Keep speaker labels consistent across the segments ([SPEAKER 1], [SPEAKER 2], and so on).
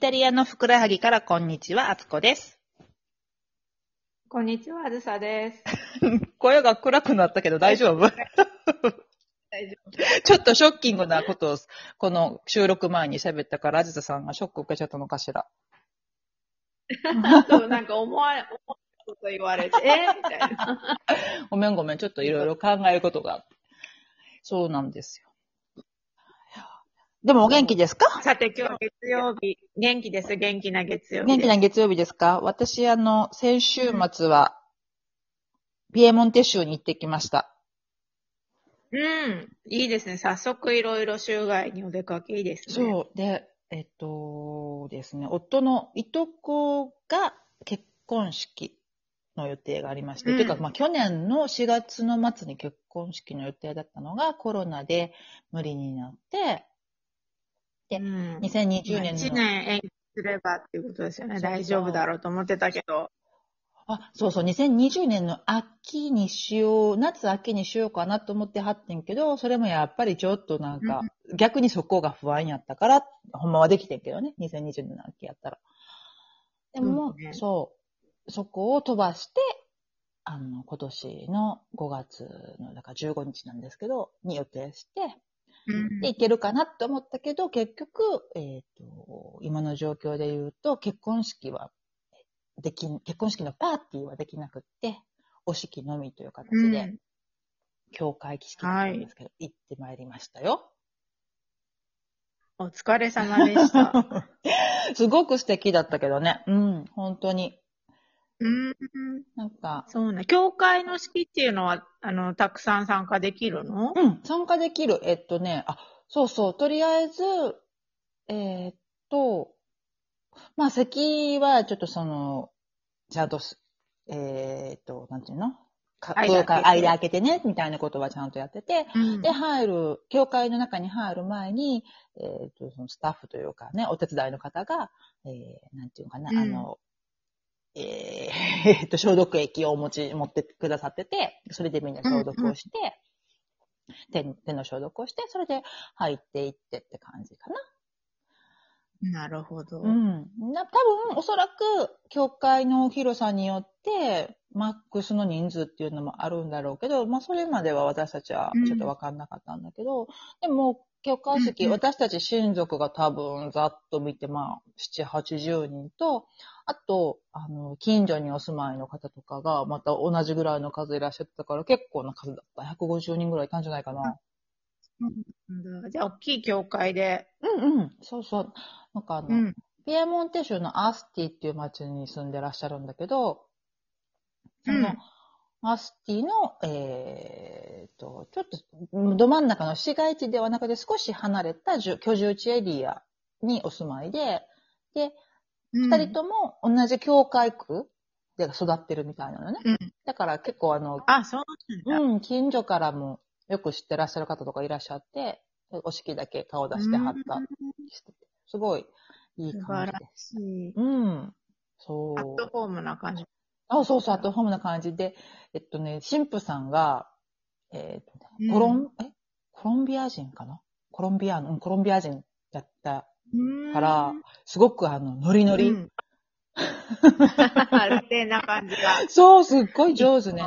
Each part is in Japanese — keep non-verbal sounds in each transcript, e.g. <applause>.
[SPEAKER 1] タリアのふくらはぎからこんにちは、あつこです。
[SPEAKER 2] こんにちは、あずさです。
[SPEAKER 1] 声が暗くなったけど大丈夫 <laughs>
[SPEAKER 2] 大丈
[SPEAKER 1] ちょっとショッキングなことを、この収録前に喋ったから、あずささんがショック受けちゃったのかしら。
[SPEAKER 2] 夫。そう、なんか思われ、思われこと言われて、えーみたいな。
[SPEAKER 1] ごめんごめん、ちょっといろいろ考えることがあって。そうなんですよ。でもお元気ですか
[SPEAKER 2] さて、今日月曜日、元気です、元気な月曜日。
[SPEAKER 1] 元気な月曜日ですか私、あの、先週末は、ピエモンテ州に行ってきました。
[SPEAKER 2] うん。いいですね。早速いろいろ州外にお出かけいいですね。う。
[SPEAKER 1] そう。で、えっとですね、夫のいとこが結婚式の予定がありまして、
[SPEAKER 2] うん
[SPEAKER 1] というか、まあ、去年の4月の末に結婚式の予定だったのがコロナで無理になって、
[SPEAKER 2] ん。
[SPEAKER 1] 2020年
[SPEAKER 2] 1
[SPEAKER 1] の
[SPEAKER 2] 年延期すればっていうことですよね。
[SPEAKER 1] そうそう
[SPEAKER 2] 大丈夫だろうと思ってたけど。
[SPEAKER 1] あ、そうそう、2020年の秋にしよう、夏秋にしようかなと思ってはってんけど、それもやっぱりちょっとなんか、逆にそこが不安やったから、ほんまはできてんけどね、2020年の秋やったら。でも、
[SPEAKER 2] そうね
[SPEAKER 1] そう、そこを飛ばして、あの、今年の5月の、だから15日なんですけど、に予定して、
[SPEAKER 2] うん
[SPEAKER 1] で、いけるかなと思ったけど、結局、えっ、と、今の状況で言うと、結婚式は、できん、結婚式のパーティーはできなくって、お式のみという形で、
[SPEAKER 2] うん。
[SPEAKER 1] 教会式だったんですけど、行ってまいりましたよ。 <laughs>
[SPEAKER 2] お疲れ様でした。
[SPEAKER 1] <laughs> すごく素敵だったけどね。うん、本当に。
[SPEAKER 2] うん。
[SPEAKER 1] なんか、
[SPEAKER 2] そうね。教会の式っていうのは、あの、たくさん参加できるの
[SPEAKER 1] うん、参加できる。えっとね、あ、そうそう、とりあえず、えーっと、まあ、席はちょっとその、ちゃんとす、えーっと、なんていうのか
[SPEAKER 2] 間
[SPEAKER 1] 教
[SPEAKER 2] 開けて
[SPEAKER 1] 会、間開けてね、みたいなことはちゃんとやってて、
[SPEAKER 2] うん
[SPEAKER 1] で、入る、教会の中に入る前に、えーっと、そのスタッフというかね、お手伝いの方が、えー、なんていうのかな、
[SPEAKER 2] うん
[SPEAKER 1] あの、えーえっと、消毒液をお持ち、持ってくださってて、それでみんな消毒をして、手の手の消毒をして、それで入っていってって感じかな。
[SPEAKER 2] なるほど。
[SPEAKER 1] うん。な、多分、おそらく、教会の広さによって、マックスの人数っていうのもあるんだろうけど、まあ、それまでは私たちは
[SPEAKER 2] うん
[SPEAKER 1] ちょっとわかんなかったんだけど、でも、教会
[SPEAKER 2] う
[SPEAKER 1] 式、
[SPEAKER 2] んうん
[SPEAKER 1] 私たち親族が多分、ざっと見て、まあ、7、80人と、あと、あの、近所にお住まいの方とかが、また同じぐらいの数いらっしゃったから、結構な数だった。150人ぐらいいたんじゃないかな。
[SPEAKER 2] なんだじゃあ、大きい教会で。
[SPEAKER 1] うんうん。そうそう。なんかあの、
[SPEAKER 2] うん。
[SPEAKER 1] ピエモンテ州のアスティっていう町に住んでらっしゃるんだけど、
[SPEAKER 2] う
[SPEAKER 1] そ
[SPEAKER 2] ん
[SPEAKER 1] の、アスティの、えー、と、ちょっと、ど真ん中の市街地ではなくて少し離れた住居住地エリアにお住まいで、で、
[SPEAKER 2] 二
[SPEAKER 1] 二人とも同じ教会区で育ってるみたいなのね。
[SPEAKER 2] うん
[SPEAKER 1] だから結構あの、
[SPEAKER 2] あ、そうなんだ。
[SPEAKER 1] うん、近所からもよく知ってらっしゃる方とかいらっしゃって、お式だけ顔出してはったりしてて、すごいいい感じでした。
[SPEAKER 2] うん。
[SPEAKER 1] うん。そ
[SPEAKER 2] アット
[SPEAKER 1] う。
[SPEAKER 2] ホームな感じ。
[SPEAKER 1] あ、そうそう、アットホームな感じで、えっとね、神父さんが、えっと
[SPEAKER 2] うん
[SPEAKER 1] ね、コロン、えコロンビア人かなコロンビアの、うんコロンビア人だった
[SPEAKER 2] うん
[SPEAKER 1] から、すごくあの、ノリノリ。 <laughs>
[SPEAKER 2] うん。冷静な感じが。
[SPEAKER 1] そう、すっごい上手で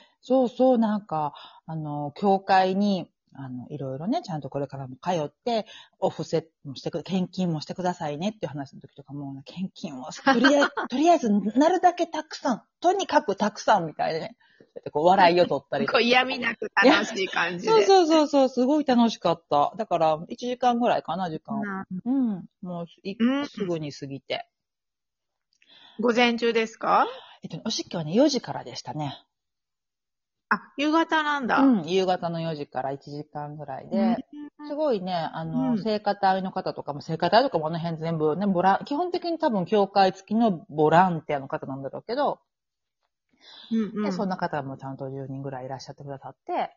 [SPEAKER 2] え
[SPEAKER 1] そうそう、なんか、あの、教会に、あの、いろいろね、ちゃんとこれからも通って、お布施もしてく、献金もしてくださいねっていう話の時とかも、献金を、とり <laughs> あえず、とりあえず、なるだけたくさん、とにかくたくさんみたいでね、そうやってこう、笑いを取ったりと
[SPEAKER 2] こ
[SPEAKER 1] か
[SPEAKER 2] う嫌味なく楽しい感じで。
[SPEAKER 1] そうそうそうそう、すごい楽しかった。だから、1時間ぐらいかな、時間。
[SPEAKER 2] な
[SPEAKER 1] うん。もうい
[SPEAKER 2] うん
[SPEAKER 1] すぐに過ぎて。
[SPEAKER 2] 午前中ですか
[SPEAKER 1] えっとね、お式はね、4時からでしたね。
[SPEAKER 2] あ、夕方なんだ。
[SPEAKER 1] うん。夕方の4時から1時間ぐらいで。すごいね、あの、
[SPEAKER 2] うん
[SPEAKER 1] 聖歌隊の方とかも、聖歌隊とかもあの辺全部ね、ボラン、基本的に多分教会付きのボランティアの方なんだろうけど、
[SPEAKER 2] うんうん
[SPEAKER 1] でそんな方もちゃんと10人ぐらいいらっしゃってくださって、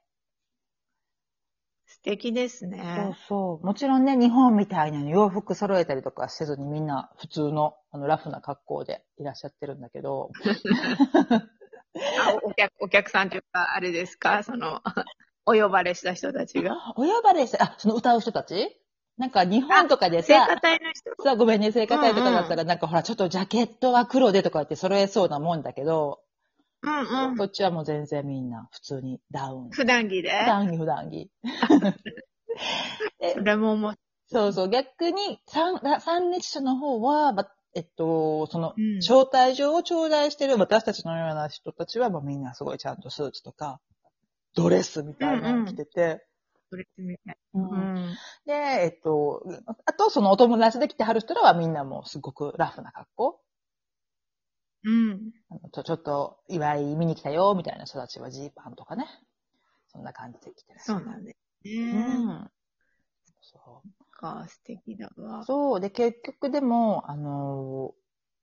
[SPEAKER 2] 素敵です
[SPEAKER 1] そう
[SPEAKER 2] ね。
[SPEAKER 1] そう、もちろんね、日本みたいなの洋服揃えたりとかせずにみんな普通の、あの、ラフな格好でいらっしゃってるんだ
[SPEAKER 2] <laughs>
[SPEAKER 1] けど、
[SPEAKER 2] あお <laughs> 客お客さんというか、あれ <laughs> ですかその、お呼ばれした人たちが。
[SPEAKER 1] お呼ばれして、あ、その歌う人たちなんか日本とかで
[SPEAKER 2] 聖
[SPEAKER 1] さ
[SPEAKER 2] 歌、隊の人
[SPEAKER 1] さ、ごめんね、聖火隊とかだった
[SPEAKER 2] うん
[SPEAKER 1] ら、なんかほら、ちょっとジャケットは黒でとか言って揃えそうなもんだけど、
[SPEAKER 2] うんう
[SPEAKER 1] こ
[SPEAKER 2] ん。
[SPEAKER 1] っちはもう全然みんな普通にダウン。普
[SPEAKER 2] 普段着で。
[SPEAKER 1] 段着、普段着。
[SPEAKER 2] それも思う。
[SPEAKER 1] そうそう、逆に三、三日社の方は、ま、えっと、その
[SPEAKER 2] う、ん
[SPEAKER 1] 招待状を頂戴してる私たちのような人たちは、まあ、みんなすごいちゃんとスーツとか、ドレスみたいなの着てて、
[SPEAKER 2] それみたい。
[SPEAKER 1] うん
[SPEAKER 2] うん。
[SPEAKER 1] で、えっと、あと、そのお友達で来てはる人らはみんなもうすごくラフな格好。
[SPEAKER 2] うん。
[SPEAKER 1] あのちょちょっと、祝い見に来たよ、みたいな人たちはジーパンとかね。そんな感じで来てらっしゃ
[SPEAKER 2] そう
[SPEAKER 1] る。
[SPEAKER 2] なんです
[SPEAKER 1] う
[SPEAKER 2] ね。
[SPEAKER 1] ん。そう。
[SPEAKER 2] か、素敵だわ。
[SPEAKER 1] そう。で、結局でも、あのー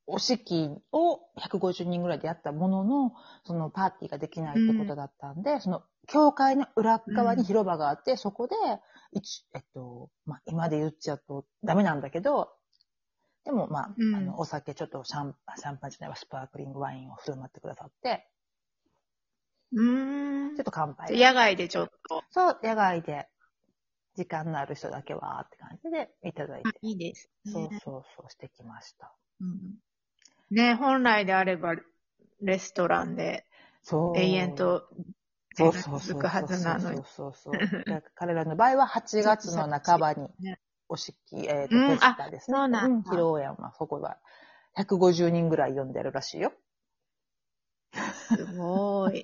[SPEAKER 1] お式を150人ぐらいでやったものの、そのパーティーができないってことだったんで、その、教会の裏側に広場があって、そこで、一、えっと、まあ、今で言っちゃうとダメなんだけど、でも、まあ、
[SPEAKER 2] うん
[SPEAKER 1] あの、お酒ちょっとシャン、シャンパンじゃないわ、スパークリングワインを振る舞ってくださって、
[SPEAKER 2] うーん
[SPEAKER 1] ちょっ。と乾杯。
[SPEAKER 2] 野外でちょっと。
[SPEAKER 1] そう、野外で、時間のある人だけは、って感じでいただいて、
[SPEAKER 2] いいです、ね。
[SPEAKER 1] そうそうそうしてきました。
[SPEAKER 2] うんね、本来であれば、レストランで
[SPEAKER 1] そう。
[SPEAKER 2] 永遠と、
[SPEAKER 1] そうそうそう
[SPEAKER 2] 続くはずなのに。
[SPEAKER 1] そうそうそうそう。だから彼らの場合は8月の半ばに
[SPEAKER 2] ね、
[SPEAKER 1] お式、
[SPEAKER 2] う
[SPEAKER 1] えっ、
[SPEAKER 2] ん
[SPEAKER 1] と、フェスタですね。
[SPEAKER 2] あそうなんだ
[SPEAKER 1] 披露宴は、そこは、150人ぐらい呼んでるらしいよ。
[SPEAKER 2] すごい。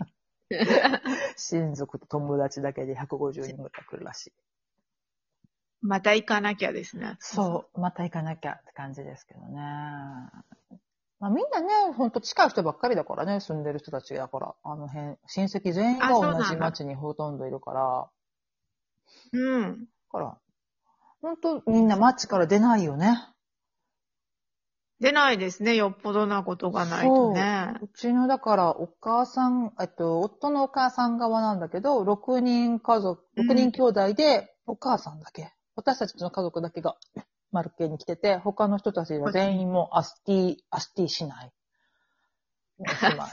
[SPEAKER 1] 親族と友達だけで150人ぐらい来るらしい。
[SPEAKER 2] また行かなきゃですね。
[SPEAKER 1] そう、また行かなきゃって感じですけどね。まあみんなね、ほんと近い人ばっかりだからね、住んでる人たちだから、あの辺、親戚全員が
[SPEAKER 2] あそうなん
[SPEAKER 1] 同
[SPEAKER 2] だ
[SPEAKER 1] じ町にほとんどいるから、
[SPEAKER 2] う。うん。
[SPEAKER 1] だから、ほんとみんな町から出ないよね。
[SPEAKER 2] 出ないですね。よっぽどなことがないとね。
[SPEAKER 1] うちの、だから、お母さん、えっと、夫のお母さん側なんだけど、6人家族、
[SPEAKER 2] うん
[SPEAKER 1] 6人兄弟で、お母さんだけ、私たちの家族だけが、マルケに来てて、他の人たちは全員もうアスティ、アスティしない。おしま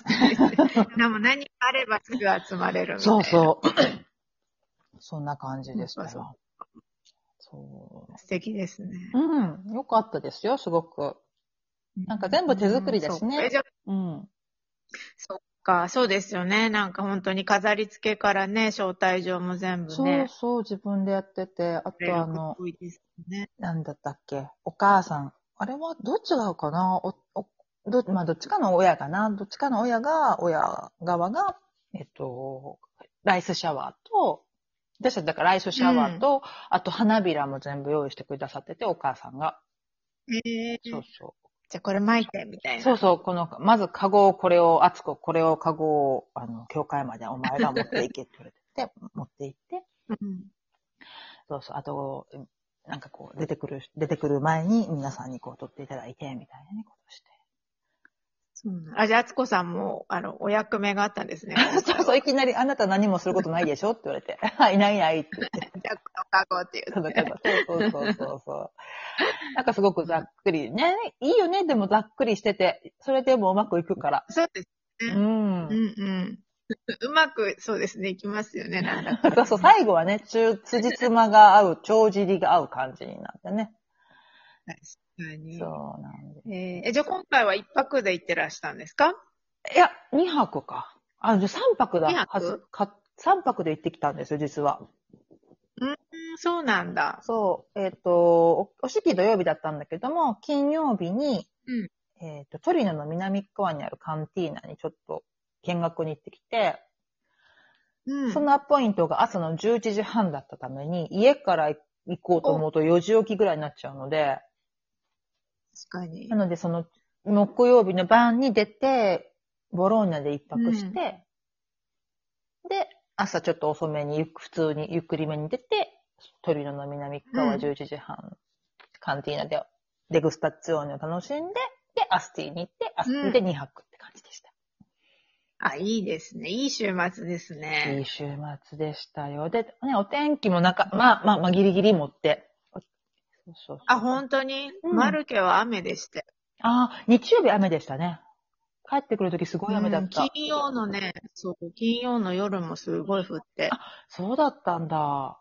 [SPEAKER 2] <laughs>
[SPEAKER 1] い
[SPEAKER 2] でも何かあればすぐ集まれるみたい
[SPEAKER 1] そ
[SPEAKER 2] な。
[SPEAKER 1] うそう。 <coughs> そんな感じでした
[SPEAKER 2] そう
[SPEAKER 1] よ。そう
[SPEAKER 2] 素敵ですね。
[SPEAKER 1] うん、よかったですよ、すごく。なんか全部手作りだしね
[SPEAKER 2] うんそうこれじゃ
[SPEAKER 1] うん。
[SPEAKER 2] そっか、そうですよね。なんか本当に飾り付けからね、招待状も全部
[SPEAKER 1] そう
[SPEAKER 2] ね。
[SPEAKER 1] そう、自分でやってて、あとあの、
[SPEAKER 2] 多いですね。
[SPEAKER 1] なんだったっけ、お母さん。あれはどっちがかなお、お、ど、まあ、どっちかの親かなどっちかの親が、親側が、えっと、ライスシャワーと、私たちだからライスシャワーと、あと花びらも全部用意してくださってて、お母さんが。
[SPEAKER 2] えー
[SPEAKER 1] そうそ。
[SPEAKER 2] じゃあこれ巻いて、みたいうな。
[SPEAKER 1] そうそう、この、まずカゴをこれを、あつこ、これをカゴを、あの、教会までお前が持っていけって言われて、で持って行って、
[SPEAKER 2] うん
[SPEAKER 1] そうそう。あと、なんかこう、出てくる、出てくる前に皆さんにこう、撮っていただいて、みたいなね、ことして。
[SPEAKER 2] そうなんあ、じゃあ、あつこさんも、あの、お役目があったんですね。
[SPEAKER 1] <laughs> そうそう、いきなり、あなた何もすることないでしょって言われて、 <laughs> はい、ないないって言って。
[SPEAKER 2] じゃあ、おかごっていう。
[SPEAKER 1] そうそうそうそうそう。なんかすごくざっくり。ね、いいよね、でもざっくりしてて、それでもうまくいくから。
[SPEAKER 2] そうです。う
[SPEAKER 1] う。
[SPEAKER 2] んんうん。うまく、そうですね、いきますよね、なんだか。
[SPEAKER 1] そうそう、最後はね、中、辻褄が合う、帳尻が合う感じになってね。
[SPEAKER 2] 確かに。
[SPEAKER 1] そうなんで。
[SPEAKER 2] えー、えじゃあ今回は一泊で行ってらしたんですか
[SPEAKER 1] いや、2泊か。あ、じゃ3泊だ。
[SPEAKER 2] 二泊
[SPEAKER 1] はずか3泊で行ってきたんですよ、実は。
[SPEAKER 2] うん、そうなんだ。
[SPEAKER 1] そう、えっ、と、おお式土曜日だったんだけども、金曜日に、
[SPEAKER 2] うん
[SPEAKER 1] えっ、と、トリノの南側にあるカンティーナにちょっと見学に行ってきて、
[SPEAKER 2] うん。
[SPEAKER 1] そのアポイントが朝の11時半だったために、家から行こうと思うと4時起きぐらいになっちゃうので、
[SPEAKER 2] 確かに
[SPEAKER 1] な。のでその木曜日の晩に出て、ボローニャで一泊して、で、朝ちょっと遅めに、ゆっ普通にゆっくりめに出て、トリノの南側
[SPEAKER 2] うん
[SPEAKER 1] 11時半、カンティーナでデグスタッツオーニを楽しんで、で、アスティに行って、アスティで2泊って感じでした。
[SPEAKER 2] あ、いいですね。いい週末です
[SPEAKER 1] い
[SPEAKER 2] ね。
[SPEAKER 1] い週末でしたよ。で、ね、お天気もなんか、まあまあまあギリギリ持って。そうそうそう
[SPEAKER 2] あ、本当に、
[SPEAKER 1] うん
[SPEAKER 2] マルケは雨でした。
[SPEAKER 1] あー、日曜日雨でしたね。帰ってくるときすごい雨だった。
[SPEAKER 2] うん金曜のね、そう、金曜の夜もすごい降って。
[SPEAKER 1] そうだったんだ。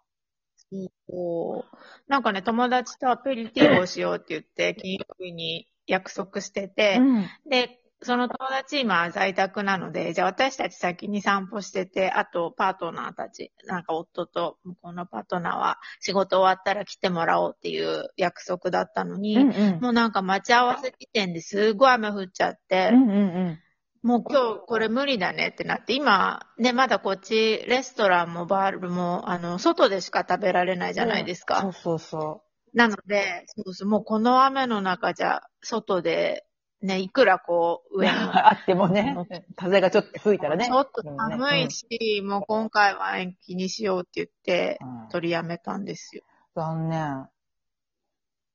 [SPEAKER 2] こう、なんかね、友達とアペリティーブをしようって言って、金曜日に約束してて、
[SPEAKER 1] うん。
[SPEAKER 2] で、その友達今在宅なので、じゃあ私たち先に散歩してて、あとパートナーたち、なんか夫と向こうのパートナーは仕事終わったら来てもらおうっていう約束だったのに、
[SPEAKER 1] うんうん。
[SPEAKER 2] もうなんか待ち合わせ時点ですごい雨降っちゃって、
[SPEAKER 1] うんうん
[SPEAKER 2] もう今日これ無理だねってなって、今ね、まだこっちレストランもバールも、あの、外でしか食べられないじゃないですか。
[SPEAKER 1] うん。そうそうそ
[SPEAKER 2] なので、そうそう、もうこの雨の中じゃ、外で、ね、いくらこう、
[SPEAKER 1] う。
[SPEAKER 2] 上の、
[SPEAKER 1] <laughs> あってもね、風がちょっと吹いたらね。
[SPEAKER 2] ちょっと寒いし、もう今回は延期にしようって言って
[SPEAKER 1] う、ん。
[SPEAKER 2] 取りやめたんですよ。
[SPEAKER 1] 残念。あ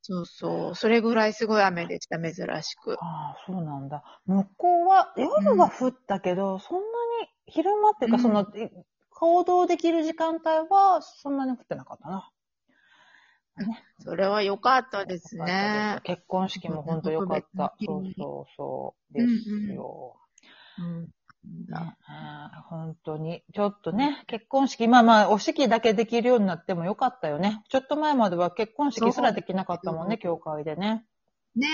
[SPEAKER 2] そうそう、それぐらいすごい雨でした、珍しく。
[SPEAKER 1] あ、そうなんだ。向こうは、夜は降ったけど、そんなに昼間っていうか、
[SPEAKER 2] うん
[SPEAKER 1] その、い行動できる時間帯は、そんなに降ってなかったな。
[SPEAKER 2] それは良かったですね。
[SPEAKER 1] 結婚式も本当良かった。
[SPEAKER 2] う
[SPEAKER 1] そ
[SPEAKER 2] ん
[SPEAKER 1] うそうそう。ですよ。
[SPEAKER 2] うん。
[SPEAKER 1] ねえ本当に。ちょっとね、結婚式、まあまあ、お式だけできるようになっても良かったよね。ちょっと前までは結婚式すらできなかったもんね、教会でね。
[SPEAKER 2] ね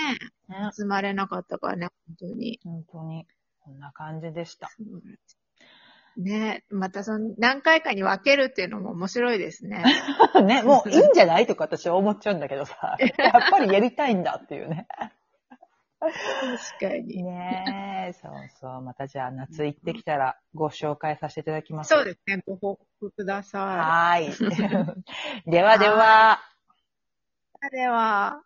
[SPEAKER 1] ね
[SPEAKER 2] え、集まれなかったからね、本当に。
[SPEAKER 1] 本当に。こんな感じでした。
[SPEAKER 2] ねえ、またその、何回かに分けるっていうのも面白いですね。
[SPEAKER 1] <laughs>
[SPEAKER 2] <laughs>
[SPEAKER 1] ね、も <laughs> ういいんじゃないとか私は思っちゃうんだけど <laughs> さ。やっぱりやりたいんだっていうね。
[SPEAKER 2] 確かに。
[SPEAKER 1] ねえ、そうそう。またじゃあ夏行ってきたらご紹介させていただきます。
[SPEAKER 2] そうですね、ご報告くださ
[SPEAKER 1] <laughs> はーい。ではでは。
[SPEAKER 2] い。では、